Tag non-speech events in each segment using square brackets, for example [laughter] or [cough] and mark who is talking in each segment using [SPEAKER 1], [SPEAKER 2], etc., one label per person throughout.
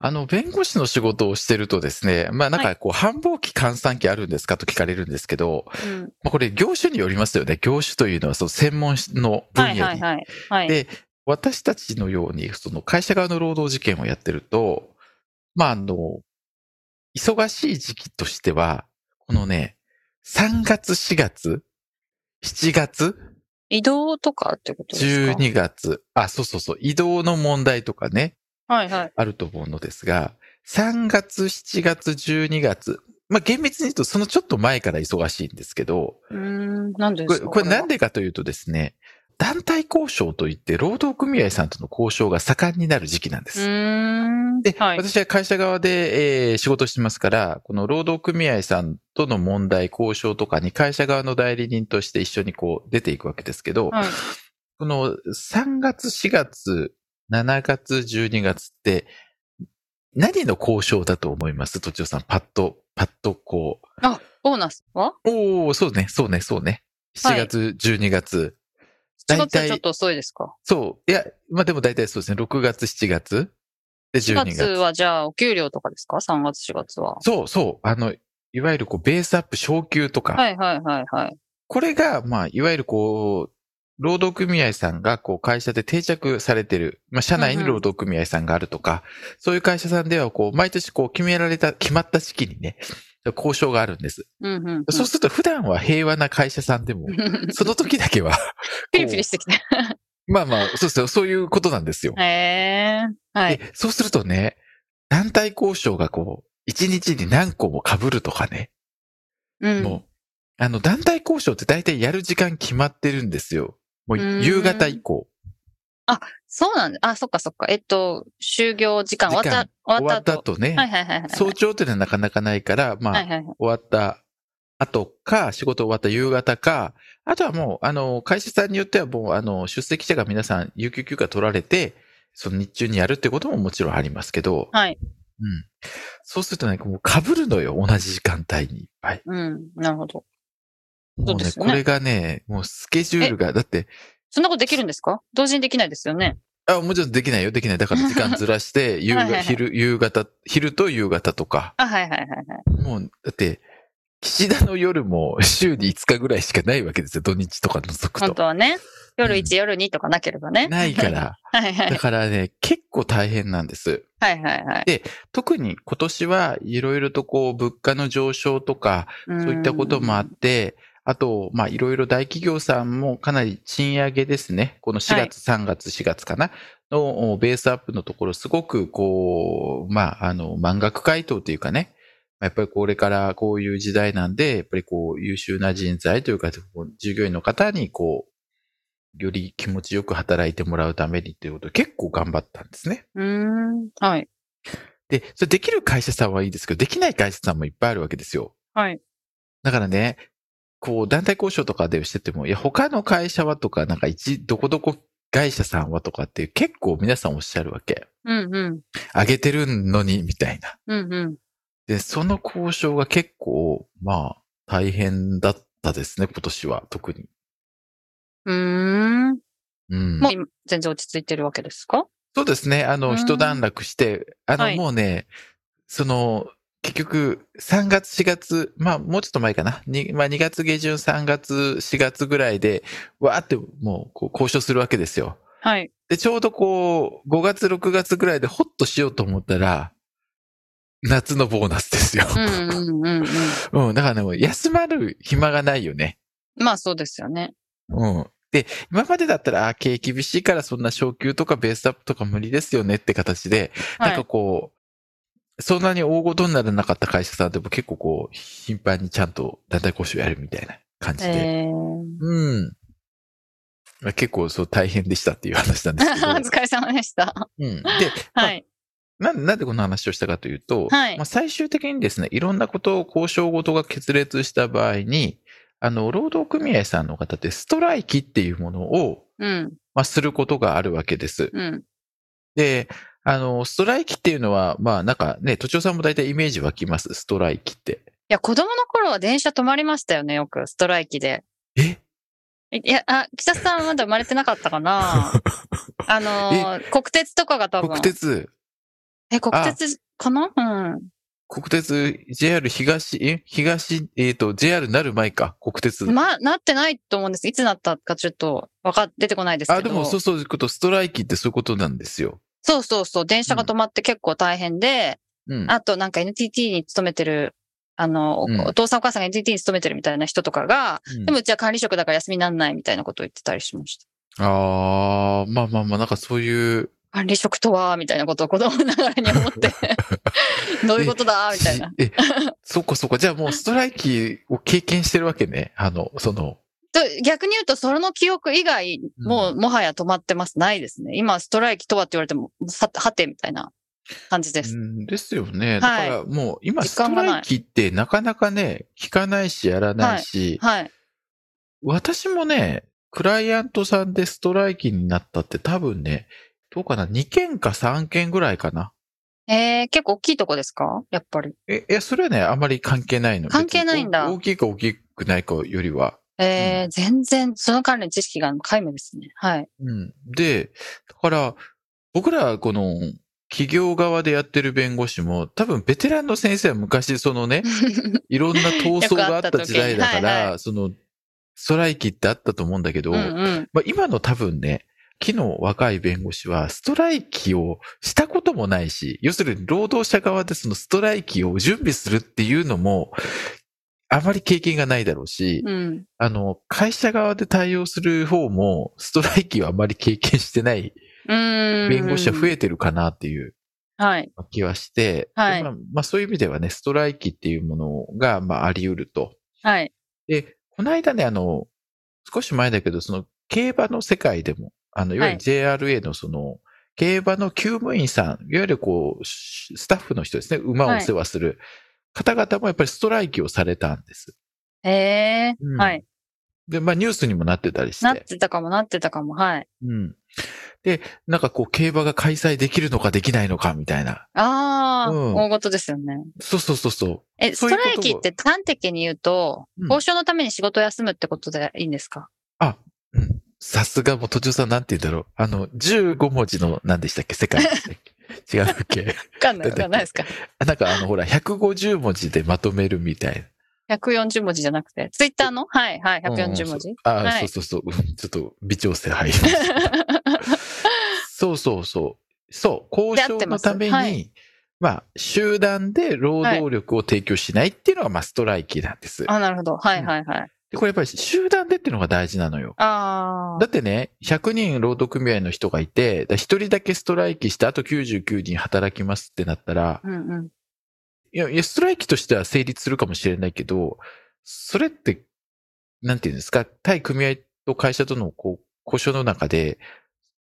[SPEAKER 1] あの、弁護士の仕事をしてるとですね、まあなん
[SPEAKER 2] は
[SPEAKER 1] かこう、繁忙期、換算期あるんですかと聞かれるんですけど、
[SPEAKER 2] うん
[SPEAKER 1] まあこれ業種によりますよね。業種というのは、その専門の分野に。
[SPEAKER 2] はいはいはいはい
[SPEAKER 1] で、私たちのように、その会社側の労働事件をやってると、まああの、忙しい時期としては、このね、3月、4月、7月、
[SPEAKER 2] 移動とかってことですか
[SPEAKER 1] 12月、あ、そうそうそう、移動の問題とかね、
[SPEAKER 2] はいはい
[SPEAKER 1] あると思うのですが、3月、7月、12月、まあ、厳密に言うとそのちょっと前から忙しいんですけど、
[SPEAKER 2] うーんなんでで
[SPEAKER 1] こ
[SPEAKER 2] す
[SPEAKER 1] れ
[SPEAKER 2] か
[SPEAKER 1] これなんでかというとですね、団体交渉といって労働組合さんとの交渉が盛んになる時期なんで
[SPEAKER 2] う
[SPEAKER 1] す。
[SPEAKER 2] ーん
[SPEAKER 1] で、
[SPEAKER 2] はい
[SPEAKER 1] 私は会社側で、えー仕事してますから、この労働組合さんとの問題、交渉とかに会社側の代理人として一緒にこう出ていくわけですけど、
[SPEAKER 2] はい
[SPEAKER 1] この3月、4月、7月、12月って、何の交渉だと思いますとちおさん、パッと、パッとこ
[SPEAKER 2] あボーナスは
[SPEAKER 1] う。おおそうね、そうね、そうね。
[SPEAKER 2] は
[SPEAKER 1] 7
[SPEAKER 2] い
[SPEAKER 1] 月、12月。
[SPEAKER 2] 7
[SPEAKER 1] 大
[SPEAKER 2] 月はちょっ
[SPEAKER 1] 体、
[SPEAKER 2] と遅いですか
[SPEAKER 1] そう。いや、まあでも大体そうですね。6月、7月。で、
[SPEAKER 2] 4
[SPEAKER 1] 12
[SPEAKER 2] 月
[SPEAKER 1] 月。
[SPEAKER 2] はじゃあお給料とかですか ?3 月4月は。
[SPEAKER 1] そうそう。あの、いわゆるこう、ベースアップ、昇給とか。
[SPEAKER 2] はいはいはいはい。
[SPEAKER 1] これが、まあ、いわゆるこう、労働組合さんが、こう、会社で定着されてる、まあ、社内に労働組合さんがあるとか、そういう会社さんでは、こう、毎年こう、決められた、決まった時期にね、交渉があるんです。
[SPEAKER 2] うんうん、うん。、
[SPEAKER 1] そうすると、普段は平和な会社さんでも
[SPEAKER 2] ピ、
[SPEAKER 1] その時だけは
[SPEAKER 2] [laughs]
[SPEAKER 1] [laughs]
[SPEAKER 2] リピリしてきた。
[SPEAKER 1] こうまあまあ、そうですよ。そういうことなんですよ。
[SPEAKER 2] へえ。はい。
[SPEAKER 1] でそうするとね、団体交渉がこう、一日に何個も被るとかね、
[SPEAKER 2] うん。
[SPEAKER 1] もう、あの、団体交渉って大体やる時間決まってるんですよ。もう、
[SPEAKER 2] うん
[SPEAKER 1] 夕方以降。
[SPEAKER 2] そうなんだ。あ、そっかそっか。えっと、就業時間終わった
[SPEAKER 1] 時、
[SPEAKER 2] 終
[SPEAKER 1] 終
[SPEAKER 2] わ
[SPEAKER 1] わ
[SPEAKER 2] っ
[SPEAKER 1] ったた
[SPEAKER 2] 後。
[SPEAKER 1] 後ね、
[SPEAKER 2] はいはいはいはい。
[SPEAKER 1] 早朝というのはなかなかないから、まあ、
[SPEAKER 2] はいはいはい。
[SPEAKER 1] 終わった後か、仕事終わった夕方か、あとはもう、あの、会社さんによってはもう、あの、出席者が皆さん、有給休暇取られて、その日中にやるってことももちろんありますけど、
[SPEAKER 2] はい。
[SPEAKER 1] うん。そうするとね、もう被るのよ、同じ時間帯にいっぱい。
[SPEAKER 2] うん。なるほど。
[SPEAKER 1] も
[SPEAKER 2] そうですよ
[SPEAKER 1] こ
[SPEAKER 2] ね
[SPEAKER 1] れがね、もうスケジュールが、だって、
[SPEAKER 2] そんなことできるんですか同時にできないですよね。
[SPEAKER 1] あ、もちろんできないよ、できない。だから時間ずらして、夕
[SPEAKER 2] [laughs] はいはいは
[SPEAKER 1] が
[SPEAKER 2] い
[SPEAKER 1] 昼、夕方、昼と夕方とか。
[SPEAKER 2] あ、はいはいはいはい。
[SPEAKER 1] もう、だって、岸田の夜も [laughs] 週に5日ぐらいしかないわけですよ。土日とか除く
[SPEAKER 2] 本当
[SPEAKER 1] と。
[SPEAKER 2] はね。夜
[SPEAKER 1] うん
[SPEAKER 2] 1、夜2とかなければね。
[SPEAKER 1] ないか。ら。
[SPEAKER 2] はいは
[SPEAKER 1] だ
[SPEAKER 2] い。
[SPEAKER 1] からね、結構大変なんです。
[SPEAKER 2] はいはいはい。
[SPEAKER 1] 特に今年はいろいろとこう、物価の上昇とか、
[SPEAKER 2] そ
[SPEAKER 1] そういったこともあって、あと、まあ、いろいろ大企業さんもかなり賃上げですね。この4
[SPEAKER 2] はい
[SPEAKER 1] 月、3月、4月かなのおベースアップのところ、すごくこう、まあ、あの、満額回答というかね。まあやっぱりこれからこういう時代なんで、やっぱりこう優秀な人材というか、こう従業員の方にこう、より気持ちよく働いてもらうためにということで結構頑張ったんですね。
[SPEAKER 2] うーん。はい。
[SPEAKER 1] で、それできる会社さんはいいですけど、できない会社さんもいっぱいあるわけですよ。
[SPEAKER 2] はい。
[SPEAKER 1] だからね、こう、団体交渉とかでしてても、いや、他の会社はとか、なんか一、どこどこ会社さんはとかって結構皆さんおっしゃるわけ。
[SPEAKER 2] うんうん。
[SPEAKER 1] 上げてるのに、みたいな。
[SPEAKER 2] うんうん。
[SPEAKER 1] で、その交渉が結構、まあ、大変だったですね、今年は、特に。
[SPEAKER 2] うーん。
[SPEAKER 1] うん。
[SPEAKER 2] もう今全然落ち着いてるわけですか
[SPEAKER 1] そうですね、あ
[SPEAKER 2] う
[SPEAKER 1] の、
[SPEAKER 2] ん
[SPEAKER 1] 一段落して、あの、
[SPEAKER 2] はい
[SPEAKER 1] もうね、その、結局、3月、4月、まあ、もうちょっと前かな。にまあ、2月下旬、3月、4月ぐらいで、わーって、もう、こう、交渉するわけですよ。
[SPEAKER 2] はい。
[SPEAKER 1] で、ちょうどこう、5月、6月ぐらいでホッとしようと思ったら、夏のボーナスですよ。
[SPEAKER 2] うんうんうんう
[SPEAKER 1] [laughs]
[SPEAKER 2] ん。
[SPEAKER 1] うん、だからね、もう休まる暇がないよね。
[SPEAKER 2] まあそうですよね。
[SPEAKER 1] うん。で、今までだったら、あー経営厳しいからそんな昇給とかベースアップとか無理ですよねって形で、
[SPEAKER 2] は
[SPEAKER 1] なんか
[SPEAKER 2] い。
[SPEAKER 1] こう、そんなに大ごとにならなかった会社さんでも結構こう、頻繁にちゃんと団体交渉やるみたいな感じで。
[SPEAKER 2] えー、
[SPEAKER 1] うん。
[SPEAKER 2] [laughs]
[SPEAKER 1] まあ結構そう大変でしたっていう話なんですけど。 [laughs]
[SPEAKER 2] お疲れ様でした。
[SPEAKER 1] うん。で、まあ
[SPEAKER 2] はい。
[SPEAKER 1] なんなんでこの話をしたかというと、
[SPEAKER 2] はい
[SPEAKER 1] まあ、最終的にですね、いろんなことを交渉ごとが決裂した場合に、あの、労働組合さんの方ってストライキっていうものを、
[SPEAKER 2] うん。
[SPEAKER 1] まあ、することがあるわけです。
[SPEAKER 2] うん。
[SPEAKER 1] で、あの、ストライキっていうのは、まあなんかね、都庁さんも大体イメージ湧きます、ストライキって。
[SPEAKER 2] いや、子供の頃は電車止まりましたよね、よく、ストライキで。
[SPEAKER 1] え
[SPEAKER 2] いや、あ、北さんまだ生まれてなかった
[SPEAKER 1] [laughs]
[SPEAKER 2] かなあのー、国鉄とかが多分。
[SPEAKER 1] 国。鉄、
[SPEAKER 2] え、国鉄かなうん。
[SPEAKER 1] 国鉄、JR 東、え東、えっ、と、JR になる前か、国鉄。
[SPEAKER 2] まあ、なってないと思うんです。いつなったかちょっと、わかっ、出てこないですけど。
[SPEAKER 1] あ、でもそうそういうこと、ストライキってそういうことなんですよ。
[SPEAKER 2] そうそうそう。電車が止まって結構大変で、
[SPEAKER 1] うん。
[SPEAKER 2] あとなんか NTT に勤めてる、あの、お
[SPEAKER 1] うん
[SPEAKER 2] お父さんお母さんが NTT に勤めてるみたいな人とかが、
[SPEAKER 1] うん
[SPEAKER 2] でもうちは管理職だから休みなんないみたいなことを言ってたりしました。
[SPEAKER 1] あー、まあまあまあ、なんかそういう、
[SPEAKER 2] 管理職とはみたいなことを子供ながらに思
[SPEAKER 1] [laughs]
[SPEAKER 2] って、どういうことだみたいな。
[SPEAKER 1] え、そっかそっか。じゃあもうストライキを経験してるわけね。あの、その、
[SPEAKER 2] と逆に言うと、その記憶以外、もう、もはや止まってます。ないですね。今、ストライキとはって言われても、さはてみたいな感じです
[SPEAKER 1] う。んですよね。だか
[SPEAKER 2] はい
[SPEAKER 1] らもう今ス
[SPEAKER 2] 実
[SPEAKER 1] ト
[SPEAKER 2] 感がない
[SPEAKER 1] ライキってなかなかね、聞かないしやらないし、
[SPEAKER 2] はい。
[SPEAKER 1] 私もね、クライアントさんでストライキになったって多分ね、どうかな ?2 件か3件ぐらいかな。
[SPEAKER 2] えー、結構大きいとこですかやっぱり。
[SPEAKER 1] え、いや、それはね、あまり関係ないの。
[SPEAKER 2] 関係ないんだ
[SPEAKER 1] 別に大大きいか大きくないかよりは。
[SPEAKER 2] えー全然、その関連知識が皆無ですね。はい。
[SPEAKER 1] うん。で、だから、僕ら、この、企業側でやってる弁護士も、多分ベテランの先生は昔、 [laughs] そのね、いろんな闘争があった時代だか
[SPEAKER 2] よくあった時はい
[SPEAKER 1] ら、その、ストライキってあったと思うんだけど、
[SPEAKER 2] うんうん。
[SPEAKER 1] まあ、今の多分ね、昨日若い弁護士はストライキをしたこともないし、要するに労働者側でそのストライキを準備するっていうのも、あまり経験がないだろうし、
[SPEAKER 2] うん。
[SPEAKER 1] あの、会社側で対応する方も、ストライキはあまり経験してない
[SPEAKER 2] 弁
[SPEAKER 1] 弁護士は増えてるかなっていう
[SPEAKER 2] はい。
[SPEAKER 1] 気はして、
[SPEAKER 2] はい
[SPEAKER 1] でまあ、まあそういう意味ではね、ストライキっていうものが、まああり得ると。
[SPEAKER 2] はい。
[SPEAKER 1] で、この間ね、あの、少し前だけど、その、競馬の世界でも、あの、いわゆる JRA のその、競馬の厩務員さん、いわゆるこう、しスタッフの人ですね、馬をお世話する方々もやっぱりストライキをされたんです。
[SPEAKER 2] え
[SPEAKER 1] うん
[SPEAKER 2] ー。はい。
[SPEAKER 1] で、まあニュースにもなってたりし。
[SPEAKER 2] なっててたかも、なってたかも。はい。
[SPEAKER 1] うん。で、なんかこう、競馬が開催できるのかできないのかみたいな。
[SPEAKER 2] ああ、
[SPEAKER 1] うん
[SPEAKER 2] 大事ですよね。
[SPEAKER 1] そうそうそうそう。
[SPEAKER 2] え、
[SPEAKER 1] そう
[SPEAKER 2] ス
[SPEAKER 1] いう
[SPEAKER 2] ト
[SPEAKER 1] こと
[SPEAKER 2] ライキって端的に言うと、
[SPEAKER 1] うん
[SPEAKER 2] 交渉のために仕事を休むってことでいいんですか
[SPEAKER 1] うんさすがもう途中さんなんて言うんだろう。あの、15文字の何でしたっけ世界でしたっ
[SPEAKER 2] [laughs]
[SPEAKER 1] け違うっけ
[SPEAKER 2] わかんない、
[SPEAKER 1] だ
[SPEAKER 2] わ
[SPEAKER 1] って
[SPEAKER 2] かんないですか。
[SPEAKER 1] なんかあの、ほら、150文字でまとめるみたい
[SPEAKER 2] 140文字じゃなくて、ツイッターのはい、はい、
[SPEAKER 1] な。
[SPEAKER 2] 140文字
[SPEAKER 1] うん。あ、
[SPEAKER 2] はい
[SPEAKER 1] そうそうそう。うんちょっと微調整入り
[SPEAKER 2] [laughs]
[SPEAKER 1] ました。そうそうそう。そう、
[SPEAKER 2] で合って
[SPEAKER 1] 交渉の
[SPEAKER 2] ます
[SPEAKER 1] ために、ま
[SPEAKER 2] はい
[SPEAKER 1] あ、集団で労働力を提供しないっていうのが、まあ、ストライキなんです。
[SPEAKER 2] あ、なるほど。はい、はい、はい。
[SPEAKER 1] で、これやっぱり集団でっていうのが大事なのよ。
[SPEAKER 2] あ
[SPEAKER 1] だってね、100人労働組合の人がいて、1人だけストライキして、あと99人働きますってなったら
[SPEAKER 2] あ。、うんうん。
[SPEAKER 1] いや、いやストライキとしては成立するかもしれないけど、それって、なんていうんですか、対組合と会社とのこう交渉の中で、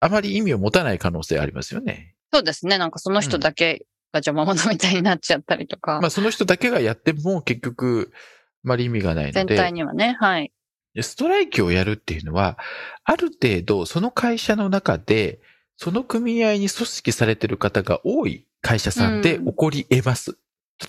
[SPEAKER 1] あまり意味を持たない可能性ありますよね。
[SPEAKER 2] そうですね。なんかその人だけが邪魔者みたいになっちゃったりとか、
[SPEAKER 1] まあ、その人だけがやっても結局、あまり意味がないの
[SPEAKER 2] 全
[SPEAKER 1] で
[SPEAKER 2] 体にはね。はい。
[SPEAKER 1] でストライキをやるっていうのは、ある程度、その会社の中で、その組合に組織されてる方が多い会社さんで
[SPEAKER 2] うん
[SPEAKER 1] 起こり得ます。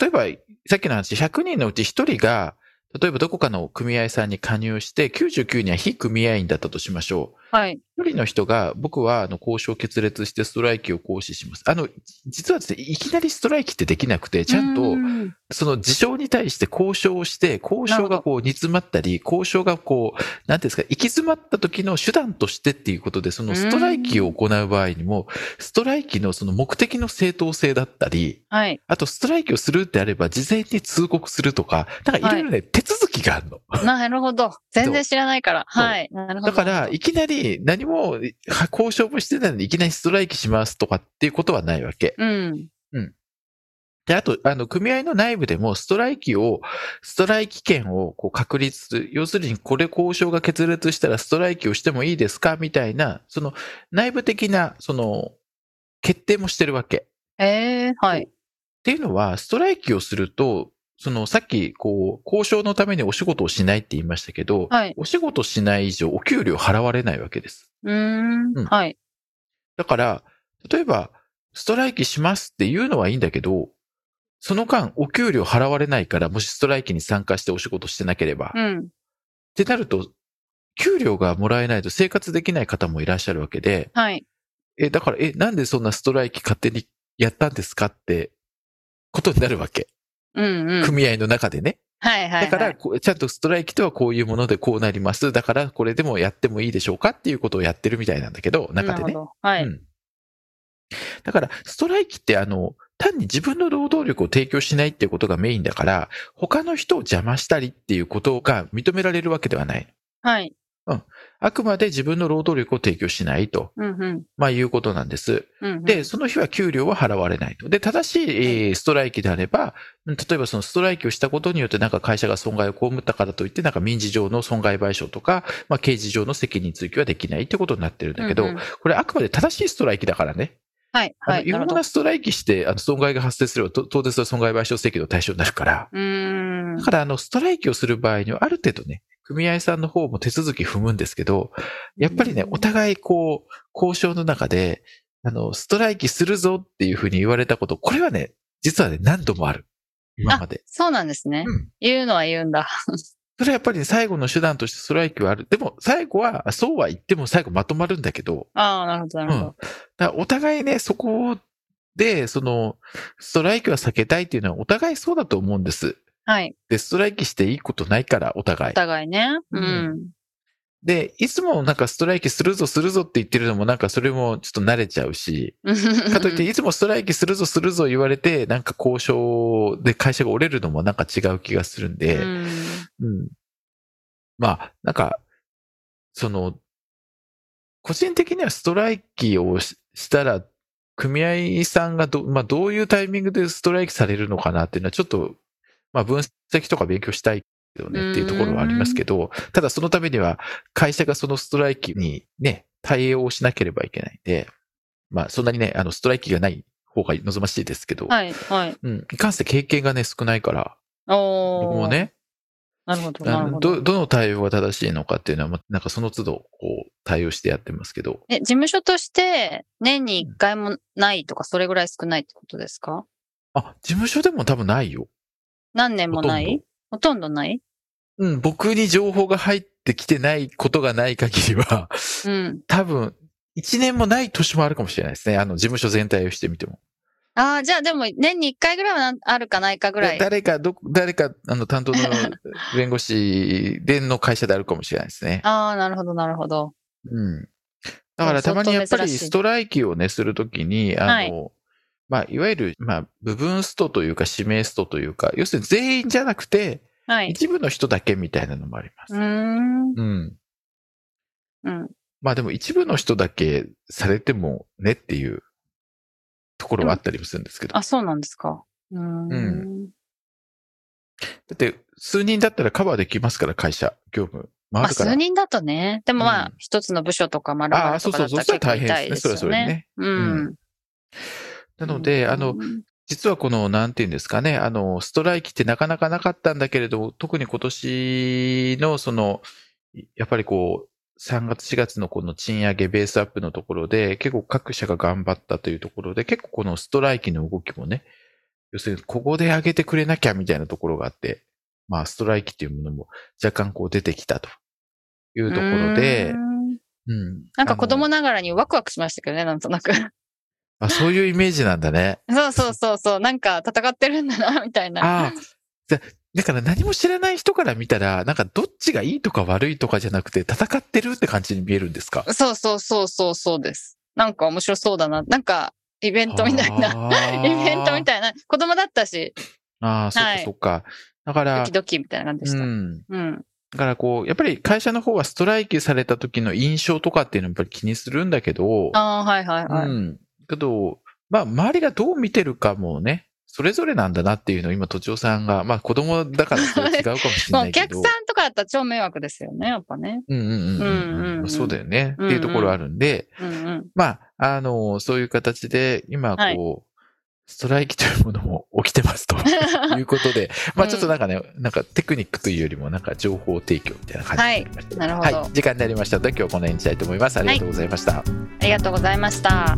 [SPEAKER 1] 例えば、さっきの話、100人のうち1人が、例えばどこかの組合さんに加入して、99人は非組合員だったとしましょう。
[SPEAKER 2] はい。
[SPEAKER 1] 一人の人が、僕は、あの、交渉決裂してストライキを行使します。あの、実はですね、いきなりストライキってできなくて、ちゃんと
[SPEAKER 2] う、ん
[SPEAKER 1] その事象に対して交渉をして、交渉がこう煮詰まったり、交渉がこう、なんていうんですか、行き詰まった時の手段としてっていうことで、そのストライキを行う場合にも、ストライキのその目的の正当性だったり、 [laughs]
[SPEAKER 2] はい。
[SPEAKER 1] あとストライキをするってあれば、事前に通告するとか、なんかいろいろね、手続きがあるの。
[SPEAKER 2] なるほど。全然知らないから。
[SPEAKER 1] そう
[SPEAKER 2] はい。なるほど。
[SPEAKER 1] だから、いきなり何もは交渉もしてないのに、いきなりストライキしますとかっていうことはないわけ。
[SPEAKER 2] うん。
[SPEAKER 1] で、あと、あの、組合の内部でも、ストライキを、ストライキ権をこう確立する。要するに、これ交渉が決裂したらストライキをしてもいいですかみたいな、その、内部的な、その、決定もしてるわけ。
[SPEAKER 2] ええはい。
[SPEAKER 1] っていうのは、ストライキをすると、そのさっき、こう、交渉のためにお仕事をしないって言いましたけど、
[SPEAKER 2] はい
[SPEAKER 1] お仕事しない以上、お給料払われないわけです。
[SPEAKER 2] うー
[SPEAKER 1] うん
[SPEAKER 2] ん。はい。
[SPEAKER 1] だから、例えば、ストライキしますっていうのはいいんだけど、その間、お給料払われないから、もしストライキに参加してお仕事してなければ、
[SPEAKER 2] う
[SPEAKER 1] っ
[SPEAKER 2] ん。
[SPEAKER 1] てなると、給料がもらえないと生活できない方もいらっしゃるわけで、
[SPEAKER 2] はい。
[SPEAKER 1] え、だから、え、なんでそんなストライキ勝手にやったんですかって、ことになるわけ。
[SPEAKER 2] うんうん。
[SPEAKER 1] 組合の中でね。
[SPEAKER 2] はいはい。
[SPEAKER 1] だから、、こうちゃんとストライキとはこういうものでこうなります。だから、これでもやってもいいでしょうかっていうことをやってるみたいなんだけど、中
[SPEAKER 2] なる
[SPEAKER 1] で
[SPEAKER 2] ほ
[SPEAKER 1] ね。
[SPEAKER 2] ど。は
[SPEAKER 1] う
[SPEAKER 2] い。
[SPEAKER 1] ん。だから、ストライキって、あの、単に自分の労働力を提供しないっていうことがメインだから、他の人を邪魔したりっていうことが認められるわけではない。
[SPEAKER 2] はい。
[SPEAKER 1] あくまで自分の労働力を提供しないと、
[SPEAKER 2] うんうん。
[SPEAKER 1] まあいうことなんです。
[SPEAKER 2] うんうん。
[SPEAKER 1] で、その日は給料は払われないと。で、正しいえーストライキであれば、うん例えばそのストライキをしたことによってなんか会社が損害を被ったからといって、なんか民事上の損害賠償とか、まあ刑事上の責任追及はできないってことになってるんだけど、
[SPEAKER 2] うんうん
[SPEAKER 1] これあくまで正しいストライキだからね。
[SPEAKER 2] はい。
[SPEAKER 1] あの
[SPEAKER 2] はいい。な
[SPEAKER 1] ろ
[SPEAKER 2] る
[SPEAKER 1] ん
[SPEAKER 2] ほど。
[SPEAKER 1] なストライキして、あの、損害が発生すれば、と当然それは損害賠償請求の対象になるから。
[SPEAKER 2] うーん
[SPEAKER 1] だ。から、あの、ストライキをする場合には、ある程度ね、組合さんの方も手続き踏むんですけど、やっぱりね
[SPEAKER 2] う、ん
[SPEAKER 1] お互いこう、交渉の中で、あの、ストライキするぞっていうふうに言われたこと、これはね、実はね、何度もある。今まで。
[SPEAKER 2] そうなんですね。
[SPEAKER 1] うん
[SPEAKER 2] 言うのは言うんだ。
[SPEAKER 1] それはやっぱりね最後の手段としてストライキはある。でも、最後は、そうは言っても最後まとまるんだけど、
[SPEAKER 2] ああ、なるほど、なるほど。
[SPEAKER 1] だからお互いね、そこで、その、ストライキは避けたいっていうのはお互いそうだと思うんです。
[SPEAKER 2] はい。
[SPEAKER 1] で、ストライキしていいことないから、お互
[SPEAKER 2] お
[SPEAKER 1] い。
[SPEAKER 2] 互いね。
[SPEAKER 1] う
[SPEAKER 2] うんん。
[SPEAKER 1] で、いつもなんかストライキするぞするぞって言ってるのもなんかそれもちょっと慣れちゃうし、かといっ
[SPEAKER 2] [laughs]
[SPEAKER 1] ていつもストライキするぞするぞ言われて、なんか交渉で会社が折れるのもなんか違う気がするんで、
[SPEAKER 2] う
[SPEAKER 1] う
[SPEAKER 2] ん
[SPEAKER 1] ん。まあ、なんか、その、個人的にはストライキをししたら、組合さんがど、まあ、どういうタイミングでストライキされるのかなっていうのは、ちょっと、まあ、分析とか勉強したいけどねっていうところはありますけど、ただそのためには、会社がそのストライキにね、対応をしなければいけないんで、まあ、そんなにね、あの、ストライキがない方が望ましいですけど、
[SPEAKER 2] はい、はい。
[SPEAKER 1] うん、いかんせん経験がね、少ないから、
[SPEAKER 2] おー。
[SPEAKER 1] 僕もね、
[SPEAKER 2] なるほど、
[SPEAKER 1] あ
[SPEAKER 2] なる
[SPEAKER 1] の
[SPEAKER 2] ほど。
[SPEAKER 1] どどの対応が正しいのかっていうのは、まなんかその都度こう対応してやってますけど、
[SPEAKER 2] え、事務所として年に1回もないとか、それぐらい少ないってことですか
[SPEAKER 1] あ、事務所でも多分ないよ。
[SPEAKER 2] 何年もないほとんどない
[SPEAKER 1] うん、僕に情報が入ってきてないことがない限りは、 [laughs]
[SPEAKER 2] うん。
[SPEAKER 1] 多分、1年もない年もあるかもしれないですね。あの、事務所全体をしてみても。
[SPEAKER 2] ああ、じゃあでも年に1回ぐらいはなんあるかないかぐらい。
[SPEAKER 1] 誰か、ど、誰か、あの、担当の弁護士での会社であるかもしれないですね。
[SPEAKER 2] ああ、なるほど、なるほど。
[SPEAKER 1] うん。だからたまにやっぱりストライキをね、するときに、あの、
[SPEAKER 2] はい
[SPEAKER 1] まあ、いわゆる、まあ、部分ストというか、指名ストというか、要するに全員じゃなくて、
[SPEAKER 2] はい。
[SPEAKER 1] 一部の人だけみたいなのもありま
[SPEAKER 2] う
[SPEAKER 1] す。
[SPEAKER 2] ーん。
[SPEAKER 1] うん。
[SPEAKER 2] うん。
[SPEAKER 1] まあでも一部の人だけされてもねっていうところはあったりもするんですけど。だ
[SPEAKER 2] あ、そうなんですか。うーん。
[SPEAKER 1] って、数人だったらカバーできますから、会社、業務。
[SPEAKER 2] ま
[SPEAKER 1] 回
[SPEAKER 2] あ、
[SPEAKER 1] るか
[SPEAKER 2] 数
[SPEAKER 1] ら。
[SPEAKER 2] 人だとね。でもま
[SPEAKER 1] う
[SPEAKER 2] あ
[SPEAKER 1] ん、
[SPEAKER 2] 一つの部署とか丸
[SPEAKER 1] あ
[SPEAKER 2] 々
[SPEAKER 1] あ、
[SPEAKER 2] と
[SPEAKER 1] そう
[SPEAKER 2] か
[SPEAKER 1] そ
[SPEAKER 2] だ
[SPEAKER 1] う、
[SPEAKER 2] っ
[SPEAKER 1] そ
[SPEAKER 2] た
[SPEAKER 1] う
[SPEAKER 2] ら
[SPEAKER 1] したら大変
[SPEAKER 2] 結構痛い
[SPEAKER 1] で
[SPEAKER 2] ですす
[SPEAKER 1] ね。そ
[SPEAKER 2] よ
[SPEAKER 1] れはそれで
[SPEAKER 2] ね。
[SPEAKER 1] ね。
[SPEAKER 2] う。
[SPEAKER 1] うんなので、あの、
[SPEAKER 2] うん
[SPEAKER 1] 実はこの、なんていうんですかね、あの、ストライキってなかなかなかったんだけれど、特に今年の、その、やっぱりこう、3月4月のこの賃上げベースアップのところで、結構各社が頑張ったというところで、結構このストライキの動きもね、要するにここで上げてくれなきゃみたいなところがあって、まあストライキというものも若干こう出てきたというところで
[SPEAKER 2] うー、ん
[SPEAKER 1] うん。
[SPEAKER 2] なんか子供
[SPEAKER 1] あの
[SPEAKER 2] ながらにワクワクしましたけどね、なんとなく。 [laughs]
[SPEAKER 1] あ、そういうイメージなんだね。
[SPEAKER 2] そうそうそうそう、なんか戦ってるんだな、みたい
[SPEAKER 1] あ
[SPEAKER 2] な。
[SPEAKER 1] あ。 [laughs] だだから何も知らない人から見たら、なんかどっちがいいとか悪いとかじゃなくて、戦ってるって感じに見えるんですか
[SPEAKER 2] そうそうそうそうそうです。なんか面白そうだな。なんか、イベントみたいな。 [laughs] イ
[SPEAKER 1] な
[SPEAKER 2] ベントみ
[SPEAKER 1] い
[SPEAKER 2] たいな。子供だったし、
[SPEAKER 1] な。ああ、そっ
[SPEAKER 2] は
[SPEAKER 1] か
[SPEAKER 2] い
[SPEAKER 1] そっか。だか
[SPEAKER 2] ド
[SPEAKER 1] ら
[SPEAKER 2] キ、ドキみたいな感じ
[SPEAKER 1] う
[SPEAKER 2] でした。
[SPEAKER 1] ん。
[SPEAKER 2] うん。
[SPEAKER 1] だからこう、やっぱり会社の方はストライキされた時の印象とかっていうのをやっぱり気にするんだけど、
[SPEAKER 2] ああ、はいはいはい。
[SPEAKER 1] うん。けど、まあ、周りがどう見てるかもね、それぞれなんだなっていうのを今、都庁さんが、まあ、子供だからそれは違うかもしれ
[SPEAKER 2] [laughs] まあ
[SPEAKER 1] な
[SPEAKER 2] お
[SPEAKER 1] いけ
[SPEAKER 2] 客
[SPEAKER 1] ど。
[SPEAKER 2] さんとかだったら超迷惑ですよね、やっぱね。
[SPEAKER 1] うんうんう
[SPEAKER 2] うんう
[SPEAKER 1] ん
[SPEAKER 2] んう
[SPEAKER 1] うんん。そうだよね。
[SPEAKER 2] うんうん
[SPEAKER 1] っていうところあるんで、
[SPEAKER 2] うんうん。
[SPEAKER 1] まあ、あの、そういう形で、今、こう、
[SPEAKER 2] はい
[SPEAKER 1] ストライキというものも起きてます
[SPEAKER 2] [laughs]
[SPEAKER 1] ということで、まあちょっとなんかね、なんかテクニックというよりも、なんか情報提供みたいな感じになりました。
[SPEAKER 2] なるほど
[SPEAKER 1] はい、時間になりましたので、今日はこの辺にしたいと思います。ありがとうございました。
[SPEAKER 2] ありがとうございました。